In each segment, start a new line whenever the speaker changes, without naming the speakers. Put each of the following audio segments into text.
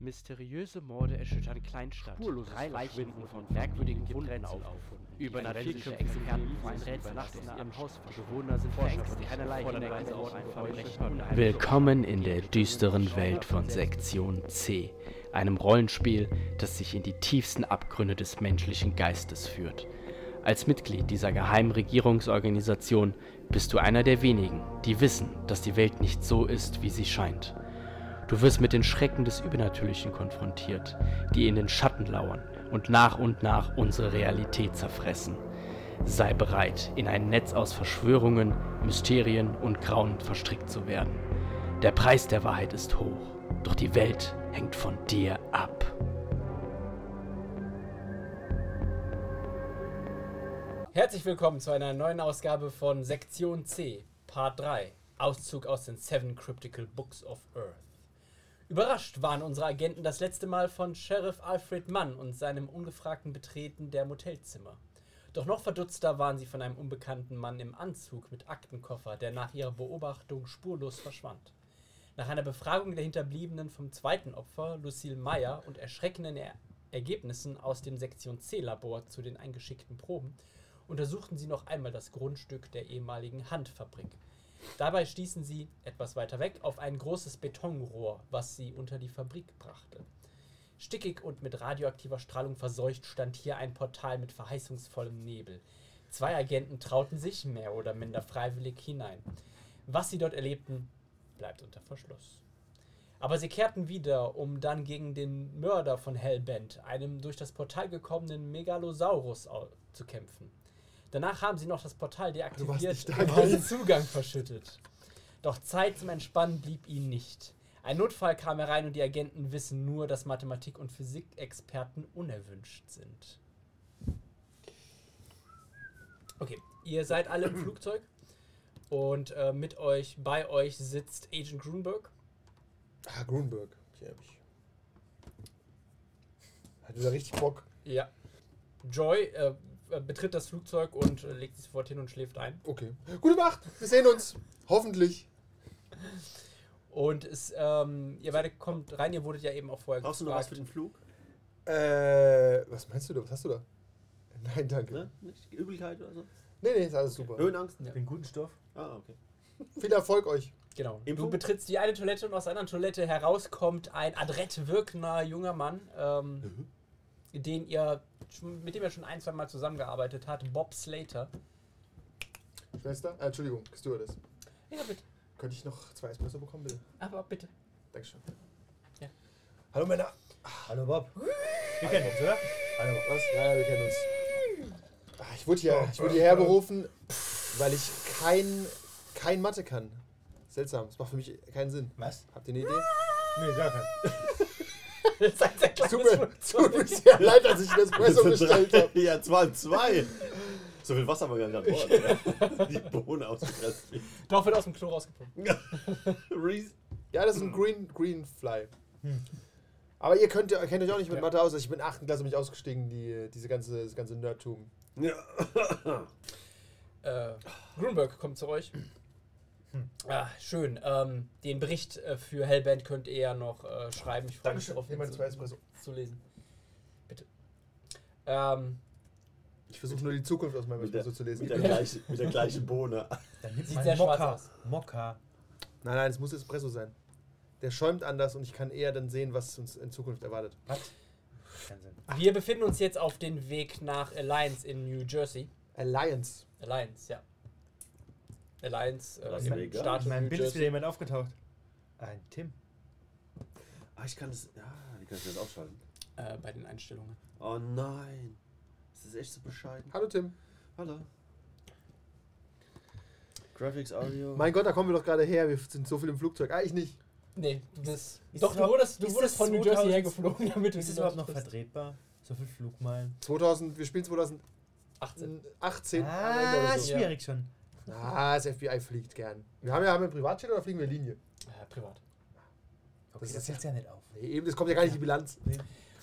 Mysteriöse Morde erschüttern Kleinstadt.
Spurloses
Drei Leichen
Verschwinden
wurden
von
von merkwürdigen
Familien gibt
Funden
Rätsel auf.
aufgefunden.
Die
Übernatürliche
forensische
Experten
Expertise
fanden Rätsel nachts
übernachten
in
am
ihrem Haus.
Haus.
Bewohner sind
Forscher
verängstigt,
versuchen
keinerlei
vor der
Hinweise
Reise
auf
auf
ein
Verbrechen.
Verbrechen.
Willkommen in der düsteren Welt von Sektion C, einem Rollenspiel, das sich in die tiefsten Abgründe des menschlichen Geistes führt. Als Mitglied dieser geheimen Regierungsorganisation bist du einer der wenigen, die wissen, dass die Welt nicht so ist, wie sie scheint. Du wirst mit den Schrecken des Übernatürlichen konfrontiert, die in den Schatten lauern und nach und nach unsere Realität zerfressen. Sei bereit, in ein Netz aus Verschwörungen, Mysterien und Grauen verstrickt zu werden. Der Preis der Wahrheit ist hoch, doch die Welt hängt von dir ab.
Herzlich willkommen zu einer neuen Ausgabe von Sektion C, Part 3, Auszug aus den Seven Cryptical Books of Earth. Überrascht waren unsere Agenten das letzte Mal von Sheriff Alfred Mann und seinem ungefragten Betreten der Motelzimmer. Doch noch verdutzter waren sie von einem unbekannten Mann im Anzug mit Aktenkoffer, der nach ihrer Beobachtung spurlos verschwand. Nach einer Befragung der Hinterbliebenen vom zweiten Opfer, Lucille Meyer, und erschreckenden er Ergebnissen aus dem Sektion C-Labor zu den eingeschickten Proben, untersuchten sie noch einmal das Grundstück der ehemaligen Handfabrik. Dabei stießen sie, etwas weiter weg, auf ein großes Betonrohr, was sie unter die Fabrik brachte. Stickig und mit radioaktiver Strahlung verseucht stand hier ein Portal mit verheißungsvollem Nebel. Zwei Agenten trauten sich mehr oder minder freiwillig hinein. Was sie dort erlebten, bleibt unter Verschluss. Aber sie kehrten wieder, um dann gegen den Mörder von Hellbent, einem durch das Portal gekommenen Megalosaurus, au- zu kämpfen. Danach haben sie noch das Portal deaktiviert
nicht da,
und
gell?
den Zugang verschüttet. Doch Zeit zum Entspannen blieb ihnen nicht. Ein Notfall kam herein und die Agenten wissen nur, dass Mathematik- und Physikexperten unerwünscht sind. Okay, ihr seid alle im Flugzeug und äh, mit euch, bei euch sitzt Agent Grunberg.
Ah, Grunberg. Ich erinnere mich. Hat wieder richtig Bock.
Ja. Joy äh, äh, betritt das Flugzeug und äh, legt sich sofort hin und schläft ein.
Okay. Gute Nacht. Wir sehen uns. Hoffentlich.
Und es, ähm, ihr beide kommt rein, ihr wurdet ja eben auch vorher
Brauchst du noch was für den Flug?
Äh, was meinst du da? Was hast du da? Nein, danke.
Ne? Nicht? Übelkeit oder so?
Nee, nee, ist alles super.
Höhenangst?
Ja.
Den guten Stoff.
Ah, okay.
Viel Erfolg euch.
Genau.
Impfung?
Du betrittst die eine Toilette und aus einer Toilette herauskommt ein adrett wirkender junger Mann, ähm,
Mhm.
den ihr, schon- mit dem ihr schon ein, zwei Mal zusammengearbeitet habt, Bob Slater.
Schwester? Äh, Entschuldigung, Stewardess.
Ja, bitte.
Könnte ich noch zwei Espresso bekommen, bitte?
Aber bitte.
Dankeschön.
Ja.
Hallo Männer.
Hallo Bob. Wir kennen uns, oder?
Hallo. Also, Was? Ja, wir kennen uns. Ah, Ich wurde, hier, ich wurde hierher berufen, weil ich kein, kein Mathe kann. Seltsam. Das macht für mich keinen Sinn.
Was?
Habt ihr eine Idee?
Nee, gar kein.
Das ist ein sehr kleines
Tut mir, tut mir
Flugzeug.
sehr leid, dass ich das Espresso
Das sind
bestellt
drei-
habe.
Ja, es waren zwei. So viel Wasser war gar nicht an Bord. oder? Die Bohne ausgepresst.
Doch wird aus dem Klo rausgepumpt.
Reese.
Ja, das ist ein Green, Green Fly. Aber ihr könnt, ihr kennt euch auch nicht mit
Ja.
Mathe aus. Also Ich bin in 8. Klasse mich ausgestiegen, die, diese ganze, das ganze Nerdtum.
Ja.
Äh, Grunberg kommt zu euch.
Hm.
Ah, schön. Ähm, den Bericht äh, für Hellband könnt ihr ja noch äh, schreiben. Ich freue mich
Dankeschön.
darauf,
Hier meine
ihn
zwei Espresso.
zu lesen. Bitte. Ähm,
Ich versuche nur die Zukunft aus meinem
Mit der,
Espresso zu lesen.
mit, der gleichen, mit der gleichen Bohne.
Dann nimm
Sieht
mal
sehr schwarz
Mokka.
aus.
Mokka.
Nein, nein, es muss Espresso sein. Der schäumt anders und ich kann eher dann sehen, was uns in Zukunft erwartet.
Was? Kein Sinn.
Wir befinden uns jetzt auf dem Weg nach Alliance in New Jersey.
Alliance.
Alliance, ja. Alliance,
Las
äh, im
Vegas.
Staat
In
in
meinem
New
Bild ist wieder
Jersey.
jemand aufgetaucht. Ein Tim.
Ah, ich kann das. Ja, wie kannst du das ausschalten?
Äh, bei den Einstellungen.
Oh nein. Das ist echt so bescheiden.
Hallo Tim.
Hallo. Graphics, Audio.
Mein Gott, da kommen wir doch gerade her. Wir sind so viel im Flugzeug. Ah, ich nicht.
Nee, du bist.
Ist
doch,
das
du wurdest, du
ist
wurdest
das
von New Jersey
2000?
hergeflogen, damit du
Ist
die
es überhaupt noch
Leute triffst.
vertretbar? So viel Flugmeilen.
2000, wir spielen 2018.
18.
am Ende
Ah,
oder
ist
so.
schwierig schon.
ah, das FBI fliegt gern. Wir haben ja haben wir einen Privatjet oder fliegen wir Linie?
Äh, privat.
Okay, das
ist
fällt ja nicht auf.
Nee, eben, das kommt ja gar nicht in die Bilanz.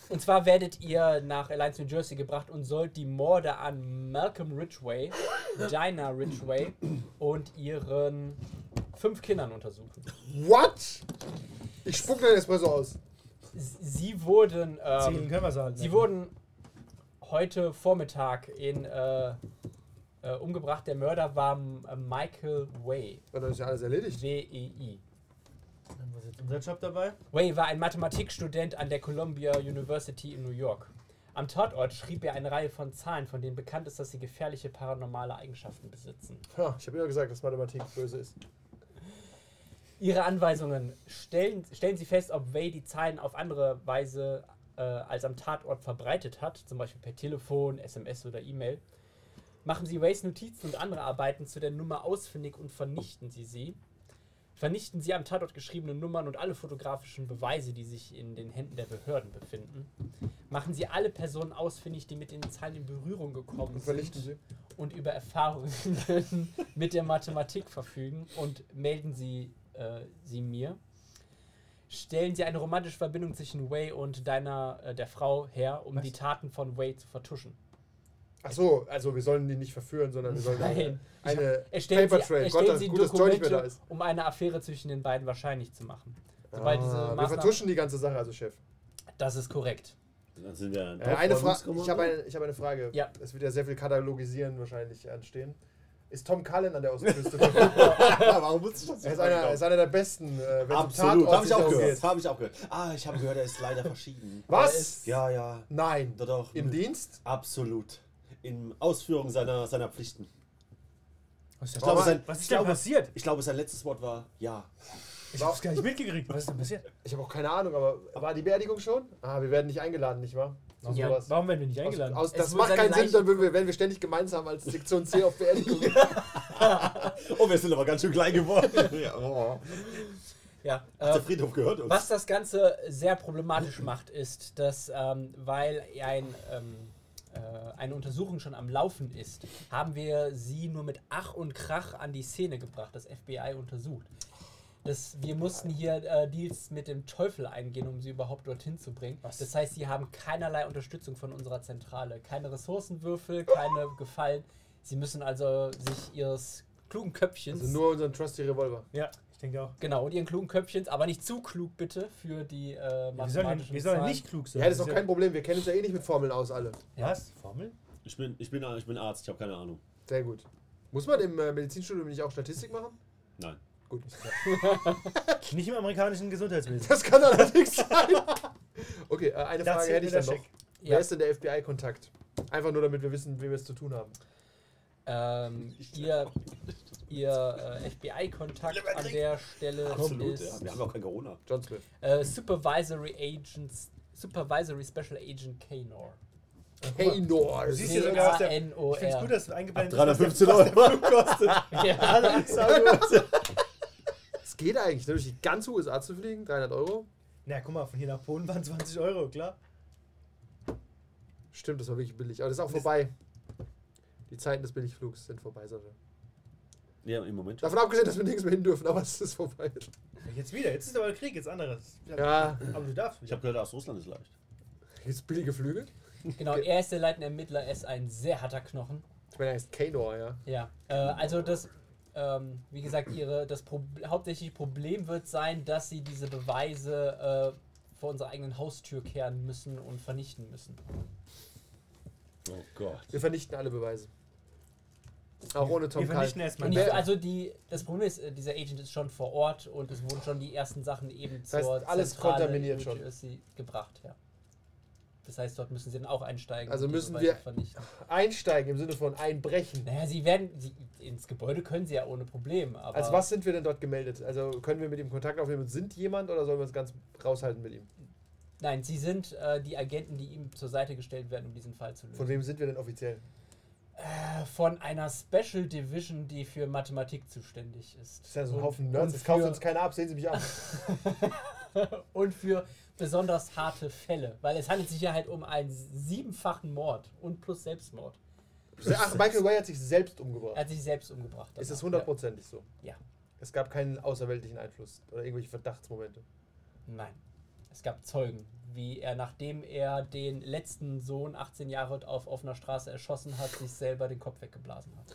Und zwar werdet ihr nach Alliance New Jersey gebracht und sollt die Morde an Malcolm Ridgway, Dinah Ridgway und ihren fünf Kindern untersuchen.
What? Ich spuck den Espresso aus.
Sie wurden,
Zielen
ähm,
können wir sie halt
sie
nicht.
wurden heute Vormittag in äh, äh, umgebracht. Der Mörder war äh, Michael Way. E
Dann ist ja alles erledigt.
W-E-I.
Was ist jetzt unser Job dabei?
Way war ein Mathematikstudent an der Columbia University in New York. Am Tatort schrieb er eine Reihe von Zahlen, von denen bekannt ist, dass sie gefährliche paranormale Eigenschaften besitzen.
Ha, ich habe immer gesagt, dass Mathematik böse ist.
Ihre Anweisungen. Stellen, stellen Sie fest, ob Way die Zahlen auf andere Weise äh, als am Tatort verbreitet hat, zum Beispiel per Telefon, SMS oder E-Mail. Machen Sie Ways Notizen und andere Arbeiten zu der Nummer ausfindig und vernichten Sie sie. Vernichten Sie am Tatort geschriebene Nummern und alle fotografischen Beweise, die sich in den Händen der Behörden befinden. Machen Sie alle Personen ausfindig, die mit den Zahlen in Berührung gekommen
Und
sind
vernichten sie.
und über Erfahrungen mit der Mathematik verfügen und melden Sie äh, sie mir. Stellen Sie eine romantische Verbindung zwischen Way und deiner äh, der Frau her, um
Was?
die Taten von Way zu vertuschen.
Ach so, also wir sollen die nicht verführen, sondern wir sollen
Nein.
eine, eine
Erstellen
Paper
Sie,
Trail.
erstellen
Gott, das
sie
ist gut, dass Joy nicht mehr da
Dokumente,
ist.
um eine Affäre zwischen den beiden wahrscheinlich zu machen. Sobald diese
Ah, wir
Maßnahmen-
vertuschen die ganze Sache, also Chef.
Das ist korrekt.
Dann sind wir ein
Äh, eine Fra
Aufräumungskommando.
ich habe eine, ich hab eine Frage.
Ja.
Es wird ja sehr viel Katalogisieren wahrscheinlich anstehen. Ist Tom Cullen an der Ostküste? er,
Warum muss ich das
ist einer, er ist einer der besten. Äh, wenn's um
Absolut,
Tatort
habe ich auch
geht.
gehört. Habe ich auch gehört. Ah, ich habe gehört, er ist leider verschieden.
Was?
Ja, ja.
Nein.
Doch, doch.
Im Dienst?
Absolut. In Ausführung seiner, seiner Pflichten.
Was ist,
Ich glaube, sein,
was
ich
ist denn
glaube-
passiert?
Ich glaube, sein letztes Wort war ja.
Ich hab's gar nicht mitgekriegt. Was ist denn passiert?
Ich habe auch keine Ahnung, aber war die Beerdigung schon? Ah, wir werden nicht eingeladen, nicht wahr? Zu
Ja.
sowas.
Warum werden wir nicht
Aus,
eingeladen?
aus,
Es
das
wurde
macht
seine
keinen Sinn,
Leiche-
dann würden wir, wären wir ständig gemeinsam als Sektion C auf Beerdigung.
Oh, wir sind aber ganz schön klein geworden. ja, oh.
Ja.
Hat
äh,
der Friedhof gehört uns.
Was das Ganze sehr problematisch macht, ist, dass, ähm, weil ein, ähm, äh, eine Untersuchung schon am Laufen ist, haben wir sie nur mit Ach und Krach an die Szene gebracht, das FBI untersucht. Das, wir mussten hier äh, Deals mit dem Teufel eingehen, um sie überhaupt dorthin zu bringen. Das heißt, sie haben keinerlei Unterstützung von unserer Zentrale. Keine Ressourcenwürfel, keine Gefallen. Sie müssen also sich ihres klugen Köpfchens.
Also nur unseren Trusty Revolver.
ja, ich denke auch.
Genau, und ihren klugen Köpfchens, aber nicht zu klug bitte für die äh,
Wir sollen,
mathematischen
wir sollen
Zahlen.
nicht klug sein.
Ja, das ist doch
Wir
kein Problem. Wir kennen uns ja eh nicht mit Formeln aus, alle.
sollen- Was? Formel?
Ich bin, ich, bin, ich bin Arzt, ich habe keine Ahnung.
Sehr gut. Muss man im äh, Medizinstudium nicht auch Statistik machen?
Nein.
Gut.
Nicht im amerikanischen Gesundheitswesen.
Das kann allerdings sein. Okay, äh, eine
Da
Frage
zählt
hätte ich
nur
dann
der
noch.
Scheck.
Ja.
Wer ist denn der FBI-Kontakt? Einfach nur, damit wir wissen, wem wir es zu tun haben.
Ähm, ihr ihr äh, FBI-Kontakt an der Stelle
Absolut, ja.
ist
Wir haben auch kein Corona.
John Smith.
äh, Supervisory Agents, Supervisory Special Agent Kanor.
Hey, Nor.
Du siehst ja sogar, was der. Ich
N-O-R.
finde es gut, dass du eingeblendet hast, was der-
315 Euro kostet.
Ja.
Es geht eigentlich, ne, durch die ganze USA zu fliegen, 300 Euro.
Na, guck mal, von hier nach Polen waren 20 Euro, klar.
Stimmt, das war wirklich billig. Aber das ist auch
Das-
vorbei. Die Zeiten des Billigflugs sind vorbei, Sascha.
Ja, im Moment.
Davon abgesehen, dass wir nirgends mehr hin dürfen, aber es ist vorbei.
Jetzt wieder, jetzt ist aber Krieg, jetzt anderes.
Ja,
Aber du darfst
Ich habe
wieder.
gehört, aus Russland ist leicht.
jetzt billige Flüge.
Genau, er ist der leitende Ermittler, er ist ein sehr harter Knochen.
Ich meine, er heißt Kanor, ja.
Ja, äh, also das, ähm, wie gesagt, ihre, das Prob- hauptsächliche Problem wird sein, dass sie diese Beweise äh, vor unserer eigenen Haustür kehren müssen und vernichten müssen.
Oh Gott.
Wir vernichten alle Beweise. Auch ohne Tom
Wir vernichten erstmal.
Und ich,
Wer-
also die, das Problem ist, äh, dieser Agent ist schon vor Ort und es wurden schon die ersten Sachen eben
heißt,
zur
alles
Zentrale
kontaminiert schon.
UGSC gebracht, ja. Das heißt, dort müssen sie dann auch einsteigen.
Also
und die
müssen
Beweise
wir-
vernichten.
Einsteigen im Sinne von einbrechen.
Naja, sie werden. Sie, ins Gebäude können sie ja ohne Problem, aber.
Als Also was sind wir denn dort gemeldet? Also können wir mit ihm Kontakt aufnehmen? Sind jemand oder sollen wir uns ganz raushalten mit ihm?
Nein, sie sind äh, die Agenten, die ihm zur Seite gestellt werden, um diesen Fall zu lösen.
Von wem sind wir denn offiziell?
Äh, Von einer Special Division, die für Mathematik zuständig ist.
Das ist ja so ein
Und-
Haufen Nerds.
und
Das kauft
für-
uns keiner ab. Sehen Sie mich an.
und für besonders harte Fälle, weil es handelt sich ja halt um einen siebenfachen Mord und plus Selbstmord.
Ach, Michael Way hat sich selbst
Er
umgebracht.
hat sich selbst umgebracht.
Ist das
danach.
hundertprozentig so?
Ja.
Es gab keinen außerweltlichen Einfluss oder irgendwelche Verdachtsmomente.
Ja. Nein. Es gab Zeugen, wie er, nachdem er den letzten Sohn 18 Jahre alt, auf offener Straße erschossen hat, sich selber den Kopf weggeblasen hat.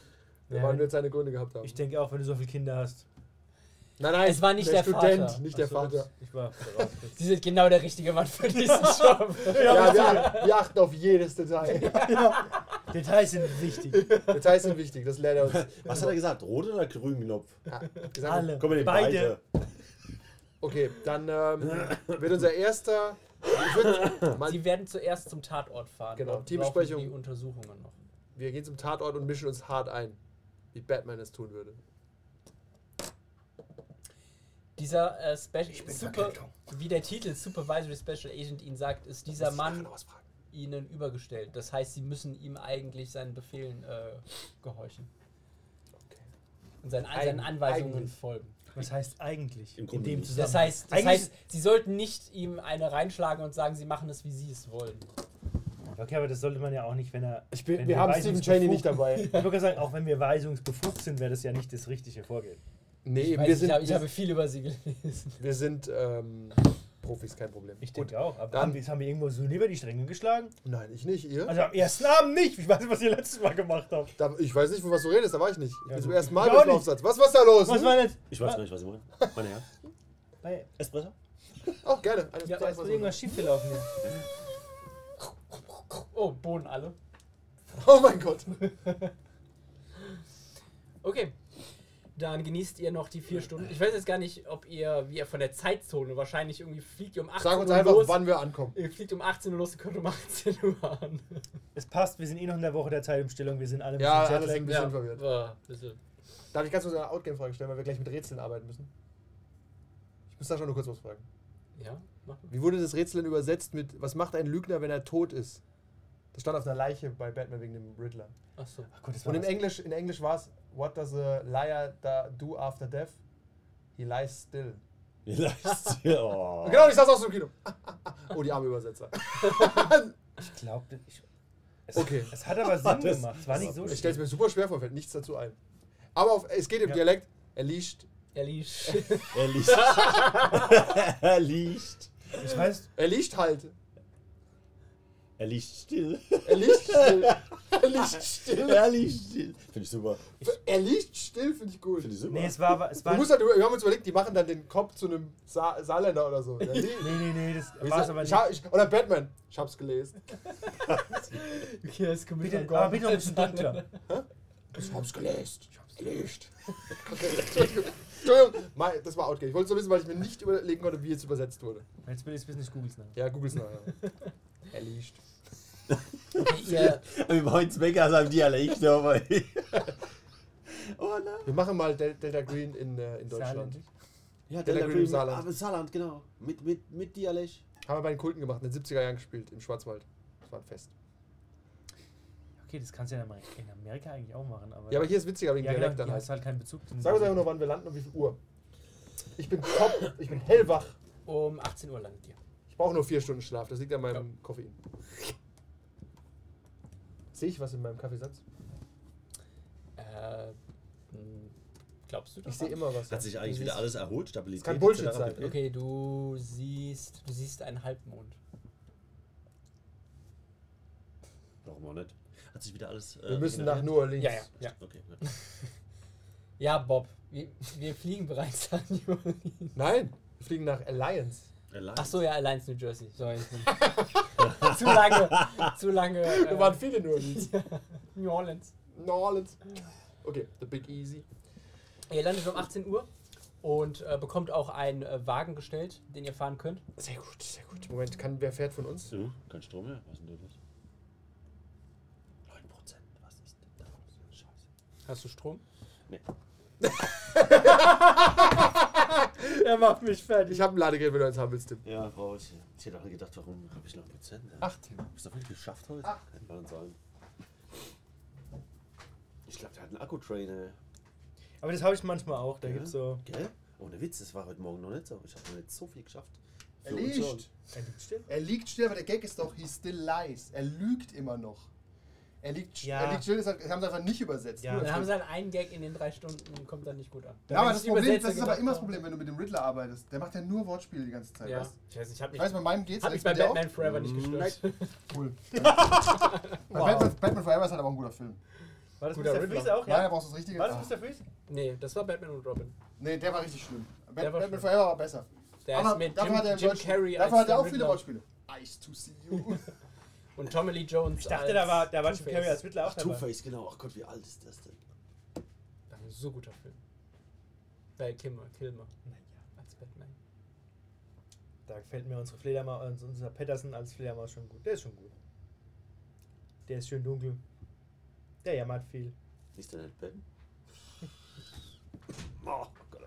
Wir
Ja.
wollen jetzt seine Gründe gehabt haben.
Ich denke auch, wenn du so viele Kinder hast.
Nein, nein,
Es war nicht der
Student,
Vater.
nicht der
Achso,
Vater.
Ich war raus.
Sie sind genau der richtige Mann für diesen Job.
Ja, wir, wir achten auf jedes Detail.
Details sind wichtig.
Details sind wichtig, das lernt er uns.
Was hat er gesagt? Rot oder grünen Knopf?
Ja, gesagt,
Alle.
Komm, wir nehmen
Beide.
beide.
Okay, dann ähm, wird unser erster. Ich würd, mal,
Sie werden zuerst zum Tatort fahren.
Genau,
Dort
Teambesprechung.
laufen Die Untersuchungen noch.
wir gehen zum Tatort und mischen uns hart ein, wie Batman es tun würde.
Dieser äh, Special Super,
Vergeltung.
wie der Titel Supervisory Special Agent ihnen sagt, ist dieser
Ich kann
Mann
noch was fragen.
ihnen übergestellt. Das heißt, sie müssen ihm eigentlich seinen Befehlen äh, gehorchen und seinen,
Eigen-
seinen Anweisungen
eigentlich.
folgen.
Was heißt eigentlich?
Im Grunde nicht.
Das heißt, das
Eigentlich-
heißt, sie sollten nicht ihm eine reinschlagen und sagen, sie machen es, wie sie es wollen.
Okay, aber das sollte man ja auch nicht, wenn er.
Ich bin,
wenn
wir haben Stephen Cheney nicht dabei.
weisungsbefugt- Ich würde sagen, auch wenn wir weisungsbefugt sind, wäre das ja nicht das richtige Vorgehen.
Nee,
Ich, weiß,
wir
nicht,
sind,
ich, habe, ich habe
wir,
viel über sie gelesen.
wir sind ähm, Profis, kein Problem.
Ich
Gut.
denke auch. Aber
dann-
haben, wir, haben wir irgendwo so über die Stränge geschlagen?
Nein, ich nicht. Ihr?
Also am ersten Abend nicht. Ich weiß nicht, was ihr letztes Mal gemacht habt.
Da, ich weiß nicht, von was du redest, da war ich nicht. Ich
Ja,
bin zum
gut.
ersten Mal
Ich
mit
auch
dem
nicht.
Aufsatz. Was, was da los?
Was
hm?
war das?
Ich weiß gar nicht, was ich meine. Meine Herr.
Bei,
Espresso?
Ach, gerne. Alles
Ja,
klar,
da
ist
ist
was
irgendwas schiefgelaufen. hier.
Oh, Boden alle.
so. Oh mein Gott.
Okay. Dann genießt ihr noch die vier Stunden. Ich weiß jetzt gar nicht, ob ihr, wie ihr von der Zeitzone, wahrscheinlich irgendwie fliegt ihr um 18
Sag uns
Uhr
einfach,
los.
wann wir ankommen.
Ihr fliegt um 18 Uhr los und kommt um 18 Uhr an.
Es passt, wir sind eh noch in der Woche der Zeitumstellung. Wir sind alle ein
Ja,
bisschen
alles ein
Jetlag.
bisschen verwirrt.
war ein bisschen.
Darf ich ganz kurz eine Outgame-Frage stellen, weil wir gleich mit Rätseln arbeiten müssen? Ich muss da schon nur kurz was fragen.
Ja, mach mal.
Wie wurde das Rätsel denn übersetzt mit Was macht ein Lügner, wenn er tot ist? Das stand auf einer Leiche bei Batman wegen dem Riddler.
Achso.
Ach Gott, das war
Und im
was.
Englisch, in Englisch war es What does a liar da do after death? He lies still.
Ja. Oh.
Genau, ich saß auch so im Kino. Oh, die arme Übersetzer.
Ich glaube, ich. Es,
Okay.
es hat aber Sinn
Das-
gemacht. Es war nicht so
Ich
schlimm.
stelle es mir super schwer vor, fällt nichts dazu ein. Aber auf, es geht im
Ja.
Dialekt. Er liest.
Er liegt.
Er liegt. er liegt.
Ich weiß,
Er liest halt.
Er liegt still.
Er liest still. er liest still.
Er liegt still. Finde ich super.
Er liest still, finde ich gut.
Finde ich super.
nee, es war, aber- es
Du
war
musst halt, über- wir haben uns überlegt, die machen dann den Kopf zu einem Sa Saarländer oder so. Der liest.
Nee, nee, nee, das
Ich
war es
sag-
aber
ich
nicht.
hab- ich, oder Batman. Ich hab's gelesen.
okay, das kommt
Bitte, aber bitte noch ein bisschen dunkler.
Ich hab's gelesen. Ich hab's gelesen. Okay, Entschuldigung. Entschuldigung. Mein, das war Outgate. Ich wollte es so wissen, weil ich mir nicht überlegen konnte, wie jetzt übersetzt wurde.
Jetzt will ich es wissen, ich google's nach.
Ja, google's nachher. Er liest.
ihr,
Wir wollen es weg aus einem Dialekt, aber. oh nein.
Wir machen mal Del Delta Green in, äh, in Deutschland.
Saarländisch.
Ja,
Delta Green im Saarland.
Aber Saarland, genau. Mit, mit, mit Dialekt.
Haben wir bei den Kulten gemacht, in den 70er Jahren gespielt, im Schwarzwald. Das war ein Fest.
Okay, das kannst du ja in Amerika, in Amerika eigentlich auch machen, aber.
Ja, aber hier ist witziger wegen
ja, genau,
Dialekt
dann
dann halt.
hast du halt keinen Bezug zu
Sag uns einfach nur, wann wir landen und wie viel Uhr. Ich bin top, ich bin hellwach.
um 18 Uhr landet ihr.
Ich brauche nur vier Stunden Schlaf, das liegt an meinem Koffein. Sehe ich was in meinem Kaffeesatz?
Äh, mh, glaubst du das?
Ich sehe immer was.
Hat sich eigentlich
Du
wieder
siehst-
alles erholt? Stabilität.
kann Bullshit
etc.
sein.
pp.
Okay, du siehst, du siehst einen Halbmond.
Warum auch nicht? Hat sich wieder alles.
Wir müssen nach New Orleans.
Ja, ja, ja.
Okay. ne.
Ja, Bob, wir, wir fliegen bereits an New Orleans.
Nein, wir fliegen nach Alliance.
Allein.
Ach so, ja, Alliance New Jersey. Sorry. zu lange, zu lange.
Wir
Äh,
waren viele New Orleans.
New Orleans.
New Orleans. Okay, the big easy.
Ihr landet um 18 Uhr und äh, bekommt auch einen äh, Wagen gestellt, den ihr fahren könnt.
Sehr gut, sehr gut. Moment, kann, wer fährt von uns?
So, kein Strom mehr? Was ist denn da los? 9%. Was ist denn da los? Scheiße.
Hast du Strom?
Nee.
Er macht mich fertig.
Ich habe ein Ladegeld, wenn du eins haben willst, Tim.
Ja, raus. Ich hätte auch gedacht, warum habe ich 9%? Ja.
Ach, Tim.
Hab ich's doch wirklich geschafft heute? Kann gar nicht sein. Ich glaube, der hat einen Akkutrainer.
Aber das habe ich manchmal auch. Da
Ja.
gibt's so.
Gell? Ohne Witz, das war heute Morgen noch nicht so. Ich habe noch nicht so viel geschafft.
Er
Für uns
liegt.
Er liegt still.
Er liegt still, aber der Gag ist doch, he still lies. Er lügt immer noch. Er liegt,
Ja. er liegt
still, das haben sie einfach nicht übersetzt.
Ja. Nur
Dann haben sie dann einen Gag in den drei Stunden, kommt dann nicht gut an.
Ja, aber
Wenn
das,
sie
Problem,
Übersetzer
das ist aber
gedacht
immer das
haben.
Problem, wenn du mit dem Riddler arbeitest. Der macht ja nur Wortspiele die ganze Zeit.
Ja,
Weißt? du?
ich weiß nicht, ich hab
Ich
mich, Mhm.
weiß, bei meinem geht's.
hab mich
eigentlich
bei
mit dir
Batman Forever nicht gestört.
Auch? Cool. Bei
Wow.
Batman, Batman Forever ist halt aber ein guter Film.
War das
Guter
Mr.
Riddler.
Freeze auch?
Nein, da
Ja.
brauchst du das Richtige.
War das
Ah.
Mr. Freeze?
Nee, das war Batman und Robin.
Nee, der war richtig schlimm.
Der war
Batman
schlimm.
Forever war besser.
Der ist mit
dafür
Jim,
hat er in
Jim
Deutschland-
Carrey
Dafür hat
der
er auch viele
Riddler
Wortspiele. Ice to see you.
Und Tommy Lee Jones.
Ich dachte, da war, da war Jim Carrey als
Two-Face.
Riddler auch dabei.
Two-Face, genau. Ach Gott, wie alt ist das denn?
Das ist ein so guter Film. Äh, Val Kilmer, Kilmer. Naja, als Batman.
Da gefällt mir unsere Fledermaus, unser Patterson als Fledermaus schon gut. Der ist schon gut. Der ist schön dunkel. Der jammert viel.
Ist der nicht Ben? Oh Gott.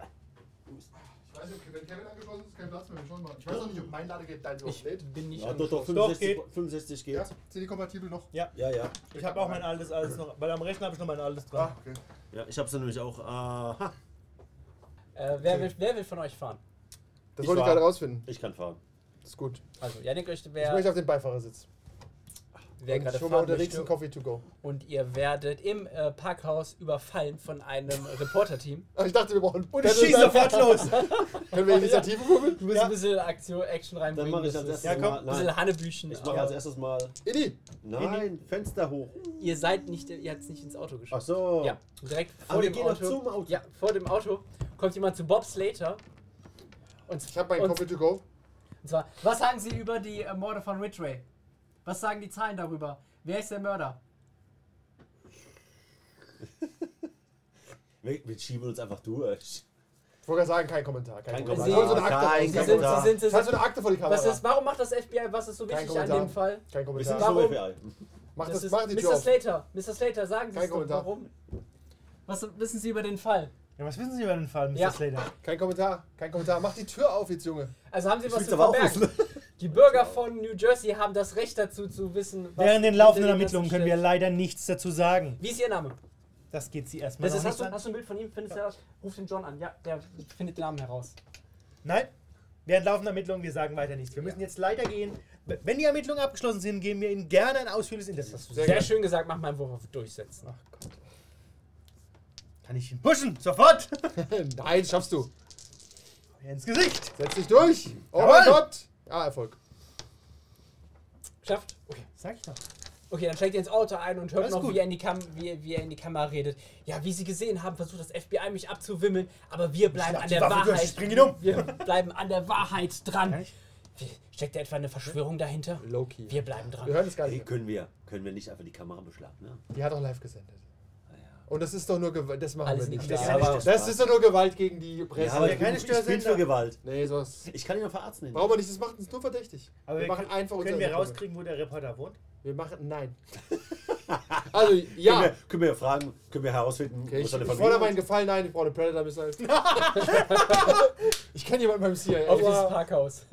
Hust.
Ich weiß nicht, ob- wenn Kevin angeschlossen ist, kein Platz mehr. Wir schauen mal. Ich weiß auch nicht, ob mein Ladegerät dein
Ich
überhaupt lädt.
bin nicht
Ja, doch, doch,
angeschlossen.
Doch,
65,
geht.
65 geht.
Ja, CD-kompatibel noch.
Ja, ja.
Ich habe auch mein altes alles noch, weil am Rechner habe ich noch mein altes
Ah,
dran.
okay.
Ja, ich hab's nämlich auch. Aha.
Äh, wer, will, wer will von euch fahren?
Das
Ich
wollte ich
war-
gerade rausfinden.
Ich kann fahren.
Das ist gut.
Also, Yannick möchte,
Ich
wer,
möchte auf den Beifahrersitz.
wer
Und
gerade
ich hole mal
fahren
unterwegs
möchte.
einen Coffee to go.
Und ihr werdet im äh, Parkhaus überfallen von einem Reporterteam.
Ah, Ich dachte, wir brauchen
Und ich schieß sofort los!
Können wir Initiative kurbeln?
Du musst ein bisschen Aktion, Action reinbringen.
Dann mache ich
das
als
ist
erstes
Ja, komm.
mal.
ein bisschen
Nein.
Hanebüchen.
Ich mache
aber
als erstes mal.
Inni!
Nein, Fenster hoch.
Ihr seid nicht, ihr habt es nicht ins Auto
Ach
geschafft.
so.
Ja, direkt vor
Aber wir
dem
gehen doch
Auto.
zum Auto.
Ja, vor dem Auto kommt jemand zu Bob Slater. Und,
Ich habe meinen
und,
Coffee to go.
und zwar, was sagen Sie über die äh, Morde von Ridgway? Was sagen die Zahlen darüber? Wer ist der Mörder?
Wir, wir schieben uns einfach durch.
Ich wollte gerade sagen, kein Kommentar. Kein,
Kein
Kommentar.
Kommentar.
Hol so eine Akte
Kein
raus, kein
Kommentar.
Kommentar.
Sie
sind, sie
Kannst du
sind,
eine Akte vor die Kamera?
was ist, warum macht das FBI, was ist so
Kein
wichtig an dem Fall?
Kein
Wir sind
Kommentar.
Warum?
schon FBI.
Mach
Das
das,
ist
mach die Tür
Mr.
auf.
Slater, Mr. Slater, sagen Sie
Kein
es doch,
Kommentar.
warum? Was wissen Sie über den Fall?
Ja, was wissen Sie über den Fall, Mr.
Ja.
Slater?
Kein Kommentar. Kein Kommentar. Mach die Tür auf jetzt, Junge.
Also haben Sie was
will's
zu
aber auch
verbergen?
ne?
Die Bürger von New Jersey haben das Recht dazu zu wissen, was
Während den
hinter
laufenden
dem
Ermittlungen
Ganzen
können wir
steckt.
leider nichts dazu sagen.
Wie ist Ihr Name?
Das geht sie erstmal
Das ist,
noch
hast,
nicht
du,
an.
hast du ein Bild von ihm? Findest du heraus? Ruf den John an. Ja, der findet den Namen heraus.
Nein, während laufender Ermittlungen, wir sagen weiter nichts. Wir müssen jetzt leider gehen. B- Wenn die Ermittlungen abgeschlossen sind, geben wir Ihnen gerne ein ausführliches Interview.
Sehr
Sehr,
geil.
schön gesagt, mach mal einen Wurf auf Durchsetzen.
Ach Gott. Kann ich ihn pushen? Sofort!
Nein, schaffst du.
Ins Gesicht!
Setz dich durch. Oh
Jawohl.
mein Gott. Ja, Erfolg.
Schafft? Okay.
Sag ich doch.
Okay, dann steigt ihr ins Auto ein und hört
Alles
noch,
gut.
wie er, in die Kam wie, wie er in die Kamera redet. Ja, wie sie gesehen haben, versucht das FBI mich abzuwimmeln, aber wir bleiben
schlag
an
die
der
Waffe durch,
Wahrheit.
spring ihn um.
Wir bleiben an der Wahrheit dran.
Ehrlich?
Wie- Steckt da etwa eine Verschwörung dahinter?
Loki.
Wir bleiben
Wir
dran.
hören es gar nicht.
Hey,
Mehr.
können wir, können wir nicht einfach die Kamera ne? beschlagnahmen?
Die hat auch live gesendet. Und das ist doch nur Gewalt. Das machen
Alles
wir nicht.
nicht
Das,
klar.
aber-
das ist doch nur Gewalt gegen die Presse.
Ja, aber
keine
keine
Störsender.
Störsender. für Gewalt.
nee, sowas.
Ich kann ihn auch verarzten.
Brauchen wir nicht. Das macht uns nur verdächtig.
Aber
wir machen
können,
einfach
Können
unsere
wir
Ermittlungen.
rauskriegen, wo der Reporter wohnt?
Wir machen. Nein. Also, ja.
Können wir, können wir fragen, können wir herausfinden,
Okay, ich,
seine
ich fordere meinen
ist?
Gefallen ein, ich brauche eine Predator-Missile. ich kenne jemanden beim CIA.
Auf dieses Parkhaus.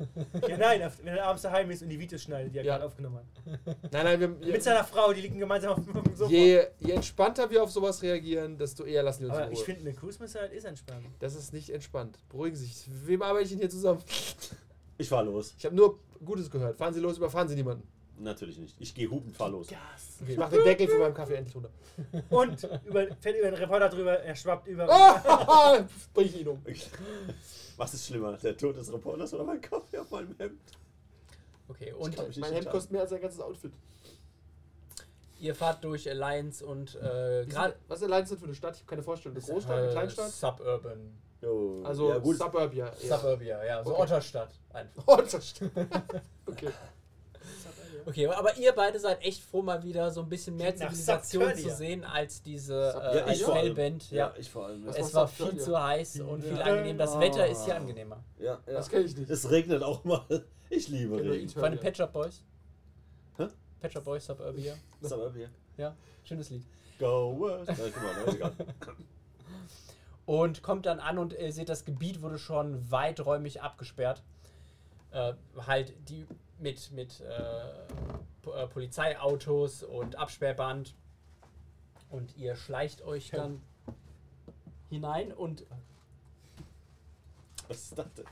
ja, nein, auf- wenn er abends daheim ist und die Videos schneidet, die er
Ja.
gerade aufgenommen hat.
nein, nein, wir,
Mit
je,
seiner Frau, die liegen gemeinsam auf dem Sofa.
je, je entspannter wir auf sowas reagieren, desto eher lassen wir uns
Aber
in
ich
Ruhe.
finde, eine Cruise Missile ist entspannt.
das ist nicht entspannt. Beruhigen Sie sich. Mit Wem arbeite ich denn hier zusammen?
Ich fahr los.
Ich habe nur Gutes gehört. Fahren Sie los, überfahren Sie niemanden.
Natürlich nicht. Ich gehe hupen, fahr los.
Gas.
Ich mache den Deckel von meinem Kaffee endlich runter.
Und über, fällt über den Reporter drüber, er schwappt über.
Oh!
Ah, Bring ich ihn um.
Ich- Was ist schlimmer, der Tod des Reporters oder mein Kaffee auf meinem Hemd?
Okay, und
glaub, ich-
Mein Hemd kostet mehr als sein ganzes Outfit.
ihr fahrt durch Alliance und äh,
Wie
gerade. Äh,
sind- Was allein ist das für eine Stadt? Ich habe keine Vorstellung. Eine Großstadt, eine Kleinstadt?
Suburban.
Jo,
Also
ja, gut.
Suburb, ja. ja.
Suburbia, ja, so
Okay.
Otterstadt einfach.
Oh, das stimmt. Okay.
Okay, aber ihr beide seid echt froh, mal wieder so ein bisschen mehr
Klingt nach
Zivilisation zu
Subternia.
sehen als diese äh,
ja,
als
ich vor allem.
Hellband.
Ja,
Ja.
ich vor allem.
Was
Ja,
macht
Es war
Subternia?
viel zu heiß und viel
Ja.
angenehm. Das
Ah.
Wetter ist hier angenehmer.
ja, ja.
Das kenne ich nicht.
Es regnet auch mal. Ich liebe
Genau,
Kenn nur
Regen.
Eternal.
Von den Pet Shop Boys.
Hä?
Pet Shop Boys Suburbia.
Suburb, ja.
Ja, schönes Lied.
Go West. Nein, guck mal, nein, egal.
Und kommt dann an und ihr seht, das Gebiet wurde schon weiträumig abgesperrt. Äh, halt die mit, mit äh, Po- äh, Polizeiautos und Absperrband. Und ihr schleicht euch dann hinein und,
Was ist das denn?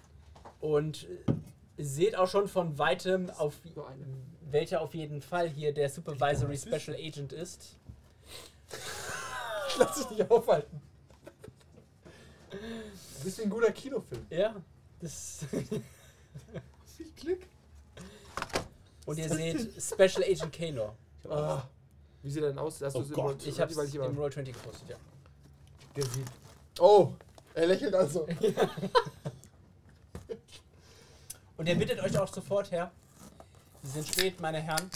und äh, seht auch schon von weitem, auf,
nur eine.
welcher auf jeden Fall hier der Supervisory Special Agent ist.
Lass dich nicht aufhalten. Du bist wie ein guter Kinofilm.
Ja, das.
Viel Glück.
und ihr seht Special Agent Kanor.
Ah, wie sieht er denn aus? Hast
Oh
du's im
Gott.
Mund?
Ich hab's
Warte, warte,
im
warte.
Roll 20 gepostet, ja.
Der sieht. Oh, Er lächelt also.
Und er bittet euch auch sofort, Herr. Sie sind spät, meine Herren.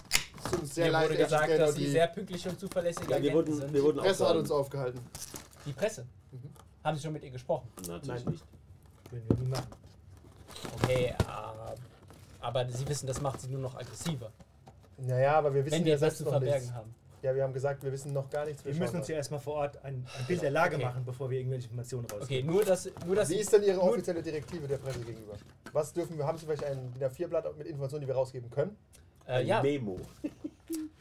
Es tut uns sehr
Mir
leid,
wurde
Agent
gesagt,
Kellner,
dass Sie
die
sehr pünktlich und zuverlässig
Ja, wir
Agenten
wurden,
sind.
wir wurden
Presse hat uns
aufgehalten.
aufgehalten.
Die Presse.
Mhm.
Haben Sie schon mit ihr gesprochen?
Natürlich
Nein.
nicht.
Würden wir nie machen.
Okay, äh, aber Sie wissen, das macht sie nur noch aggressiver.
Naja, aber wir wissen
wenn wir
ja
etwas
selbst
zu
noch
verbergen
nichts.
haben.
Ja, wir haben gesagt, wir wissen noch gar nichts.
Wir
schauen
müssen uns
mal.
ja erstmal vor Ort ein, ein Bild der Lage
Genau. Okay.
machen, bevor wir irgendwelche Informationen rausgeben.
Okay, nur das. Nur das
Wie ist denn Ihre
nur-
offizielle Direktive der Presse gegenüber? Was dürfen wir? Haben Sie vielleicht ein DIN A4-Blatt mit Informationen, die wir rausgeben können?
äh, ja,
Memo.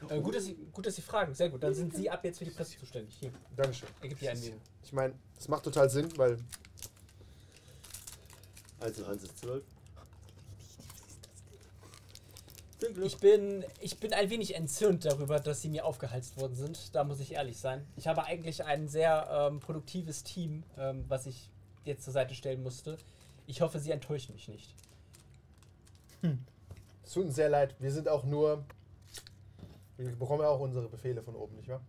äh, gut, dass sie, gut, dass Sie fragen. Sehr gut. Dann sind Sie ab jetzt für die Presse zuständig. Hier,
Dankeschön.
er gibt hier einen Memo.
Ich meine, es macht total Sinn, weil
1 und 1 also ist 12.
Ich bin, ich bin ein wenig entzürnt darüber, dass sie mir aufgehalst worden sind. Da muss ich ehrlich sein. Ich habe eigentlich ein sehr ähm, produktives Team, ähm, was ich jetzt zur Seite stellen musste. Ich hoffe, sie enttäuschen mich nicht.
es tut uns sehr leid. Wir sind auch nur. Wir bekommen ja auch unsere Befehle von oben, nicht wahr?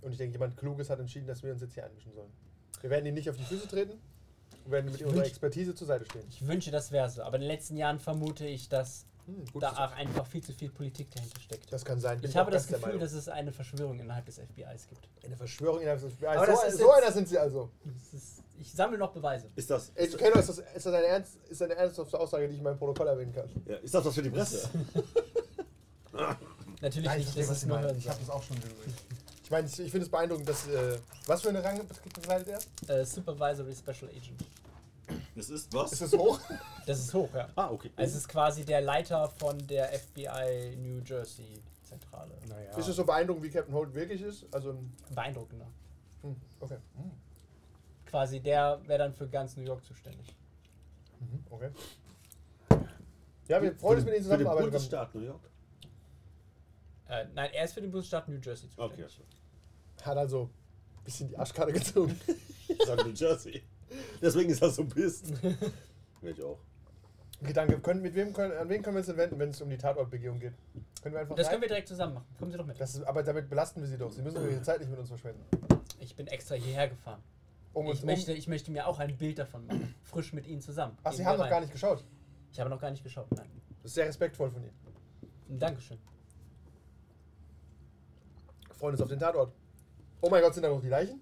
Und ich denke, jemand Kluges hat entschieden, dass wir uns jetzt hier einmischen sollen. Wir werden ihnen nicht auf die Füße treten und werden mit unserer
wünsch-
Expertise zur Seite stehen.
Ich wünsche, das wäre so. Aber in den letzten Jahren vermute ich, dass
Hm, gut,
da
das-
auch einfach viel zu viel Politik dahinter steckt.
das kann sein. Bin
ich habe
auch
das
ganz der
Gefühl,
Meinung.
dass es eine Verschwörung innerhalb des FBIs gibt.
eine Verschwörung innerhalb des FBI.
Aber
so,
das ist
so
jetzt-
einer sind sie also.
Es ist, ich sammle noch Beweise.
Ist das,
Ey,
ist,
Kenno, ist das, ist das eine, ernst, ist eine ernsthafte Aussage, die ich in meinem Protokoll erwähnen kann?
ja, ist das was für die Presse?
Natürlich
Nein, ich
nicht,
verstehe,
das
was
ist
Sie
nur
meinen.
hören.
Ich habe das auch schon gesehen. Ich meine, ich, ich finde es beeindruckend, dass. Äh, was für eine Rang bekleidet er?
Äh, Supervisory Special Agent.
Es ist was?
Ist das hoch?
Das ist hoch, ja.
ah, okay.
Also es ist quasi der Leiter von der FBI New Jersey Zentrale.
Naja.
Ist das so beeindruckend, wie Captain Holt wirklich ist? Also,
Beeindruckender.
hm, okay. Hm,
Quasi der wäre dann für ganz New York zuständig.
mhm, okay. Ja, wir freuen uns mit Ihnen
Für den
zusammenarbeiten. zu können.
Bundesstaat New York.
Äh, nein, er ist für den Bundesstaat New Jersey
Okay.
zuständig.
Hat also ein bisschen die Arschkarte gezogen.
Ich sag New Jersey. Deswegen ist das so pisst. Wäre ich auch.
Gedanke, können, mit wem können, an wen können wir uns denn wenden, wenn es um die Tatortbegehung geht? Können wir einfach.
Das
rein?
können wir direkt zusammen machen. Kommen Sie doch mit.
das ist, aber damit belasten wir sie doch. Sie müssen doch ihre Zeit nicht mit uns verschwenden.
Ich bin extra hierher gefahren.
Um uns
Ich möchte, ich möchte mir auch ein Bild davon machen. Frisch mit Ihnen zusammen.
Ach,
Gehen
Sie
wir
haben noch
rein.
gar nicht geschaut.
Ich habe noch gar nicht geschaut. Nein. Hm,
Das ist sehr respektvoll von Ihnen.
Dankeschön.
Freuen uns auf den Tatort. Oh mein Gott, sind da noch die Leichen?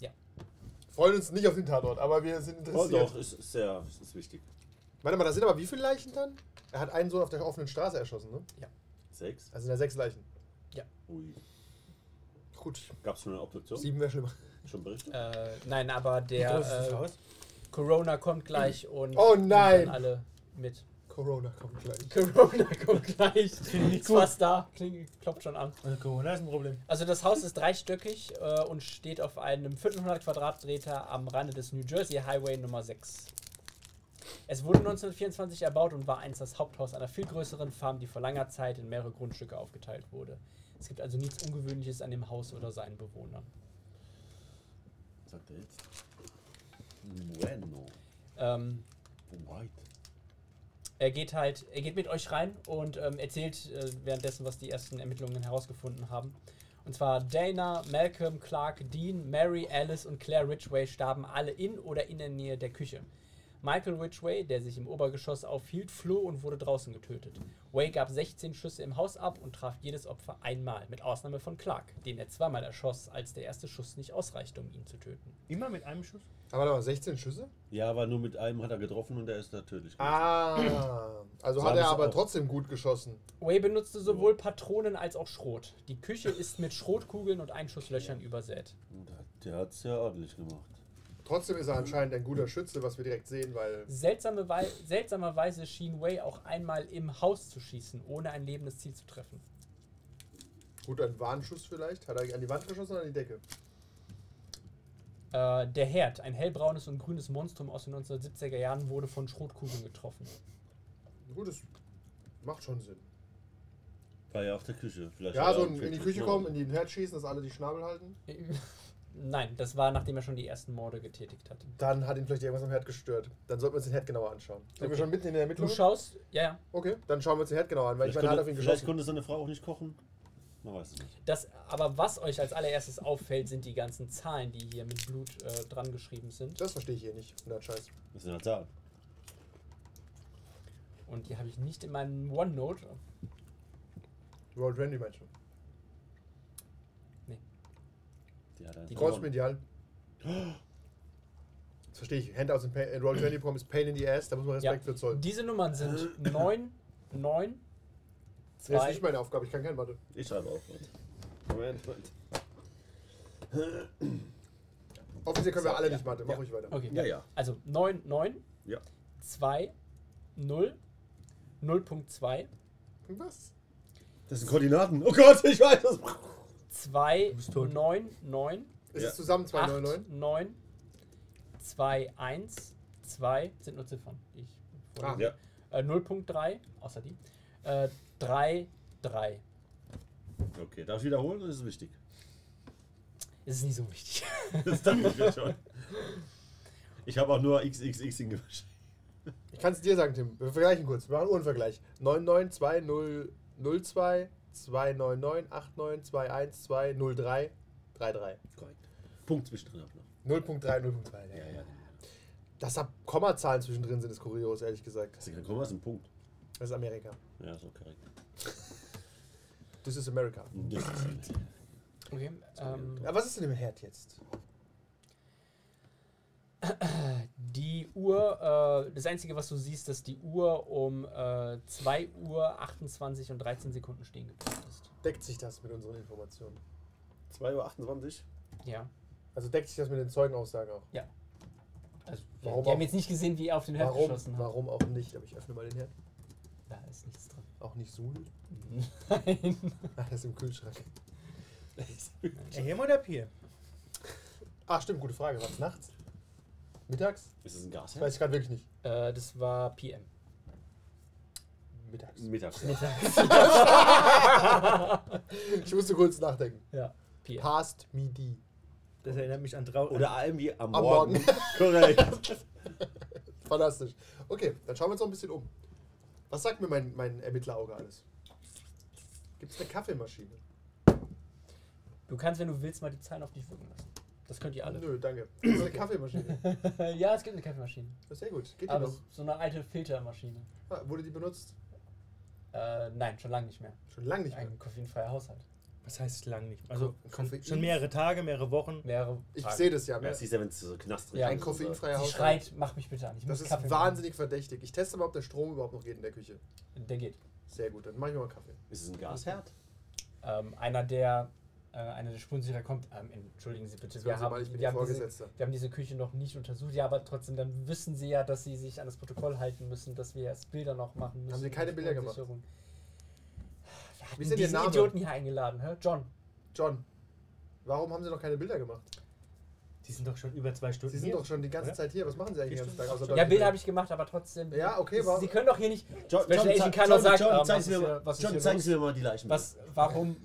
Ja.
Freuen uns nicht auf den Tatort, aber wir sind
Oh
interessiert.
doch, ist, ist sehr ist, ist wichtig.
Warte mal, da sind aber wie viele Leichen dann? Er hat einen Sohn auf der offenen Straße erschossen, ne?
Sechs?
Also sind da sechs Leichen.
Ui.
Gut.
Gab es schon eine Obduktion?
Sieben wäre schlimmer.
Schon berichtet?
Äh, nein, aber
Wie groß ist das
der äh,
Haus?
Corona kommt gleich und
Oh
nimmt
nein!
dann alle mit.
Corona kommt gleich.
Corona kommt gleich. Ist
gut.
fast da. Kling, klopft schon an.
Also Corona ist ein Problem.
Also das Haus ist dreistöckig äh, und steht auf einem 500 Quadratmeter am Rande des New Jersey Highway Nummer 6. Es wurde 1924 erbaut und war einst das Haupthaus einer viel größeren Farm, die vor langer Zeit in mehrere Grundstücke aufgeteilt wurde. Es gibt also nichts Ungewöhnliches an dem Haus oder seinen Bewohnern.
Sagt er jetzt. Bueno. Oh,
Ähm,
White.
er geht halt, er geht mit euch rein und ähm, erzählt äh, währenddessen, was die ersten Ermittlungen herausgefunden haben. Und zwar Dana, Malcolm, Clark, Dean, Mary, Alice und Claire Ridgway starben alle in oder in der Nähe der Küche. Michael Ridgway, der sich im Obergeschoss aufhielt, floh und wurde draußen getötet. Way gab 16 Schüsse im Haus ab und traf jedes Opfer einmal, mit Ausnahme von Clark, den er zweimal erschoss, als der erste Schuss nicht ausreichte, um ihn zu töten.
Immer mit einem Schuss?
Aber Ah, warte mal, 16 Schüsse?
Ja, aber nur mit einem hat er getroffen und der ist natürlich.
Ah. Also
So
hat
haben
er
sie
aber
auch.
trotzdem gut geschossen.
Way benutzte sowohl Patronen als auch Schrot. Die Küche ist mit Schrotkugeln und Einschusslöchern übersät.
Der, der hat es ja ordentlich gemacht.
Trotzdem ist er anscheinend ein guter Schütze, was wir direkt sehen, weil.
Seltsame Wei seltsamerweise schien Way auch einmal im Haus zu schießen, ohne ein lebendes Ziel zu treffen.
Gut, ein Warnschuss vielleicht. Hat er an die Wand geschossen oder an die Decke?
Äh, der Herd, ein hellbraunes und grünes Monstrum aus den 1970er Jahren, wurde von Schrotkugeln getroffen.
Gut, das macht schon Sinn.
War ja auf der Küche. Vielleicht
Ja,
hat er
so
auch
in, in die
Trick
Küche
gemacht.
kommen, in den Herd schießen, dass alle die Schnabel halten.
Äh, Nein, das war nachdem er schon die ersten Morde getätigt hatte.
Dann hat ihn vielleicht irgendwas am Herd gestört. Dann sollten wir uns den Herd genauer anschauen. Sind wir
Okay.
schon mitten in der
Du
Ermittlung?
schaust, ja, ja.
Okay, dann schauen wir uns den Herd genauer an, weil
Vielleicht
ich meine, er hat
konnte,
auf ihn
vielleicht
geschossen.
konnte seine Frau auch nicht kochen. Man weiß es nicht.
Das, aber was euch als allererstes auffällt, sind die ganzen Zahlen, die hier mit Blut äh, dran geschrieben sind.
Das verstehe ich hier nicht. Na, scheiß.
Wir sind halt da.
Und die habe ich nicht in meinem OneNote.
World Randy meinst du?
Die hat halt er
Die
jetzt
Kreuz
verloren.
mit Ideal. Das verstehe ich. Hand aus dem Pain. äh, Roll 20 Prom ist Pain in the Ass, da muss man
Ja.
Respekt für zollen.
Diese Nummern sind
Äh.
9, 9,
Das ist
2,
nicht meine Aufgabe, ich kann keinen, warte.
Ich schreibe auch. Moment. Moment, Moment.
Offiziell können wir
So,
alle
ja.
nicht, Mathe. Mach
Ja.
ruhig weiter.
Okay.
Ja, ja.
Also 9, 9,
Ja.
2, 0, 0.2,
Was?
Das sind Koordinaten. Oh Gott, ich weiß das.
2,
bist tot.
9, 9,
Es
Ja.
ist zusammen
8,
299.
9, 2, 1, 2 sind nur Ziffern, die ich
Ah.
vorlege.
Ja.
Äh, 0.3, außer die. Äh, 3, 3.
Okay, darf ich wiederholen? Das ist wichtig.
Es ist nicht so wichtig.
Das dachte ich mir schon. Ich habe auch nur XXX hingewischt.
Ich kann es dir sagen, Tim. Wir vergleichen kurz. Wir machen einen Uhrenvergleich. 992002 299 89 21 203 33.
Korrekt. Punkt zwischendrin auch noch.
0.3, 0.3. Ja.
Ja, ja.
Dass da Kommazahlen zwischendrin sind, ist kurios, ehrlich gesagt.
Das ist kein Komma, das ist ein Punkt.
Das ist Amerika.
Ja, ist auch korrekt.
This is America.
Das ist-
Okay. Ähm,
Ja, was ist denn im Herd jetzt?
die Uhr, äh, das Einzige, was du siehst, dass die Uhr um äh, 2 Uhr 28 und 13 Sekunden stehen geblieben ist.
Deckt sich das mit unseren Informationen?
2.28 Uhr.
Ja.
Also deckt sich das mit den Zeugenaussagen auch?
Also,
Warum
wir haben
auch?
jetzt nicht gesehen, wie er auf den Herd
Warum?
geschossen ne? hat.
Warum auch nicht? Aber ich öffne mal den Herd.
Da ist nichts drin.
Auch nicht Sul.
Nein.
Ah, das ist im Kühlschrank.
Hier oder Pier?
Ah, stimmt, gute Frage. Was nachts? Mittags?
Ist das ein
Das
Gasherd?
weiß ich gerade wirklich nicht.
Äh, das war PM.
Mittags.
Mittags.
Ich musste kurz nachdenken.
Ja. PM.
Past midi.
Das erinnert mich an Trau
Oder irgendwie am,
Am
Morgen.
Morgen.
korrekt.
Fantastisch. Okay, dann schauen wir uns noch ein bisschen um. Was sagt mir mein, mein Ermittlerauge alles? Gibt es eine Kaffeemaschine?
Du kannst, wenn du willst, mal die Zahlen auf dich wirken lassen. Das könnt ihr alle. Äh,
Nö, danke. Gibt's eine Kaffeemaschine?
ja, es gibt eine Kaffeemaschine.
Ja, Sehr gut. Geht die
Aber
noch?
es ist so eine alte Filtermaschine.
Ah, wurde die benutzt?
Äh, nein, schon lange nicht mehr.
Schon lange nicht mehr.
Ein koffeinfreier Haushalt.
Was heißt lang nicht? Also
Koffein-
schon, schon mehrere Tage, mehrere Wochen.
Mehrere.
Ich
Tage.
sehe das ja. ne?
Ja,
Mehr.
das siehst du, wenn es so knastrig
Ja,
ist.
Ein koffeinfreier
Sie
Haushalt.
schreit, mach mich bitte an. Ich
Das
muss
ist
Kaffee
wahnsinnig verdächtig. Ich teste mal, ob der Strom überhaupt noch geht in der Küche.
Machen. Der geht.
Sehr gut, dann mache ich mir mal einen Kaffee.
Ist es ein Gasherd?
Ähm, einer der, äh, einer der Spurensicherer kommt. Ähm, entschuldigen Sie bitte,
Das wir
wir haben,
mal, ich
wir,
bin Ihr
haben diese,
Vorgesetzter.
wir haben diese Küche noch nicht untersucht. Ja, aber trotzdem, dann wissen Sie ja, dass Sie sich an das Protokoll halten müssen, dass wir erst Bilder noch machen müssen.
Sie keine Bilder gemacht?
Spurensicherung. Wir hatten
Wie ist denn Ihr
diesen
Name?
Idioten hier eingeladen, hä? John.
John, warum haben Sie noch keine Bilder gemacht?
Die sind doch schon über zwei Stunden.
Sie sind
hier.
doch schon die ganze
Oder?
Zeit hier. Was machen Sie eigentlich den ganzen Tag? Außer
Ja, Bilder habe ich gemacht, aber trotzdem.
Ja, okay,
Sie
warum?
können doch hier nicht.
John,
Special Agent kann doch sagen, ähm,
John,
was ist
zeig's mir
hier-
mal-
was ist
John,
hier
zeig's mir mal die Leichen.
Was, warum?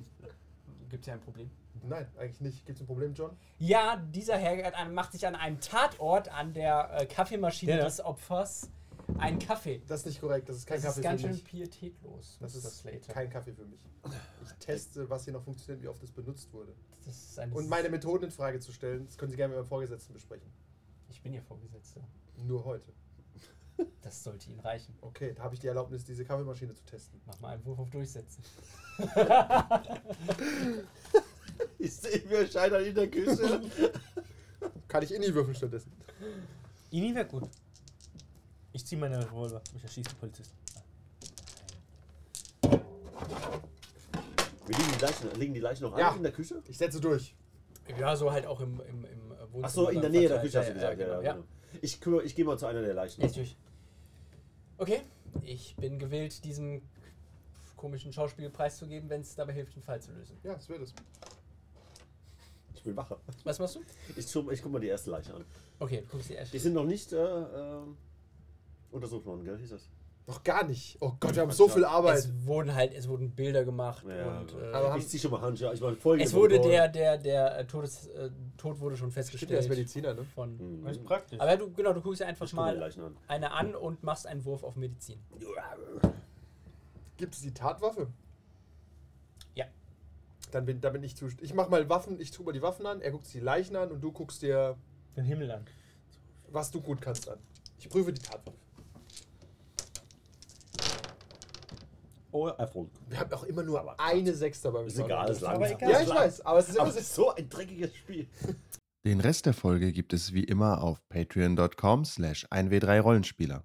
Gibt ja ein Problem.
Nein, eigentlich nicht. Gibt es ein Problem, John?
Ja, dieser Herr hat an- macht sich an einem Tatort an der äh, Kaffeemaschine
Ja, ja.
des Opfers einen Kaffee.
Das ist nicht korrekt. Das ist kein
Das
Kaffee
ist ganz
für
schön
mich.
pietätlos.
Das
Mr.
ist
Slater.
kein Kaffee für mich. Ich teste, was hier noch funktioniert, wie oft es benutzt wurde.
Das ist eine
Und meine Methoden in Frage zu stellen, das können Sie gerne mit meinem Vorgesetzten besprechen.
Ich bin Ihr Vorgesetzter.
Nur heute.
Das sollte Ihnen reichen.
Okay, da habe ich die Erlaubnis, diese Kaffeemaschine zu testen.
Mach mal einen Wurf auf Durchsetzen.
Ich sehe mir scheitern in der Küche.
Kann ich in die Würfel stattdessen?
Ini wäre gut. Ich ziehe meine Revolver. Ich erschieße den Polizisten.
Wir liegen die Leichen, liegen die Leichen noch alle
Ja.
in der Küche?
Ich setze durch.
Ja, so halt auch im, im, im äh, Wohnzimmer.
Achso, in der
dann
Nähe der
verteilt.
Küche hast du
Ja,
gesagt. Ja,
ja,
ja,
genau. ja.
genau. Ich, kümmere- ich gehe mal zu einer der Leichen.
Jetzt durch. Okay, ich bin gewillt, diesem komischen Schauspiel preiszugeben, wenn es dabei hilft, den Fall zu lösen.
Ja, es wird es.
Ich bin wache.
Was machst du?
Ich, tu- ich gucke mal die erste Leiche an.
Okay, du guckst dir erst
Die sind noch nicht äh, ähm, untersucht worden, gell? Hieß das?
Noch gar nicht. Oh Gott, wir haben so viel Arbeit.
Es wurden halt, es wurden Bilder gemacht
Ja,
und
gut.
äh,
Aber haben-
ich ziehe schon mal Hand. Ja, ich meine, Folge.
es
vom
wurde
Call.
der, der, der äh, Todes, äh, Tod wurde schon festgestellt.
Stimmt, er ist Mediziner, ne?
Von,
Mhm.
Das ist praktisch.
Aber du, genau, du guckst dir
Ich
einfach
gucke mir die
mal
Leichen an.
eine an und machst einen Wurf auf Medizin.
Gibt es die Tatwaffe?
Ja.
Dann bin, da bin ich zu. Ich mach mal Waffen, ich tu mal die Waffen an, er guckt sich die Leichen an und du guckst dir,
Den Himmel an.
was du gut kannst, an. Ich prüfe die Tatwaffe.
Oh, Erfolg.
Wir haben auch immer nur eine Sechs dabei.
Ist egal, ist
Aber
langsam.
egal.
Ja, ich weiß, aber es ist
Aber
immer
es ist so ein dreckiges Spiel.
Den Rest der Folge gibt es wie immer auf patreon.com slash 1w3rollenspieler.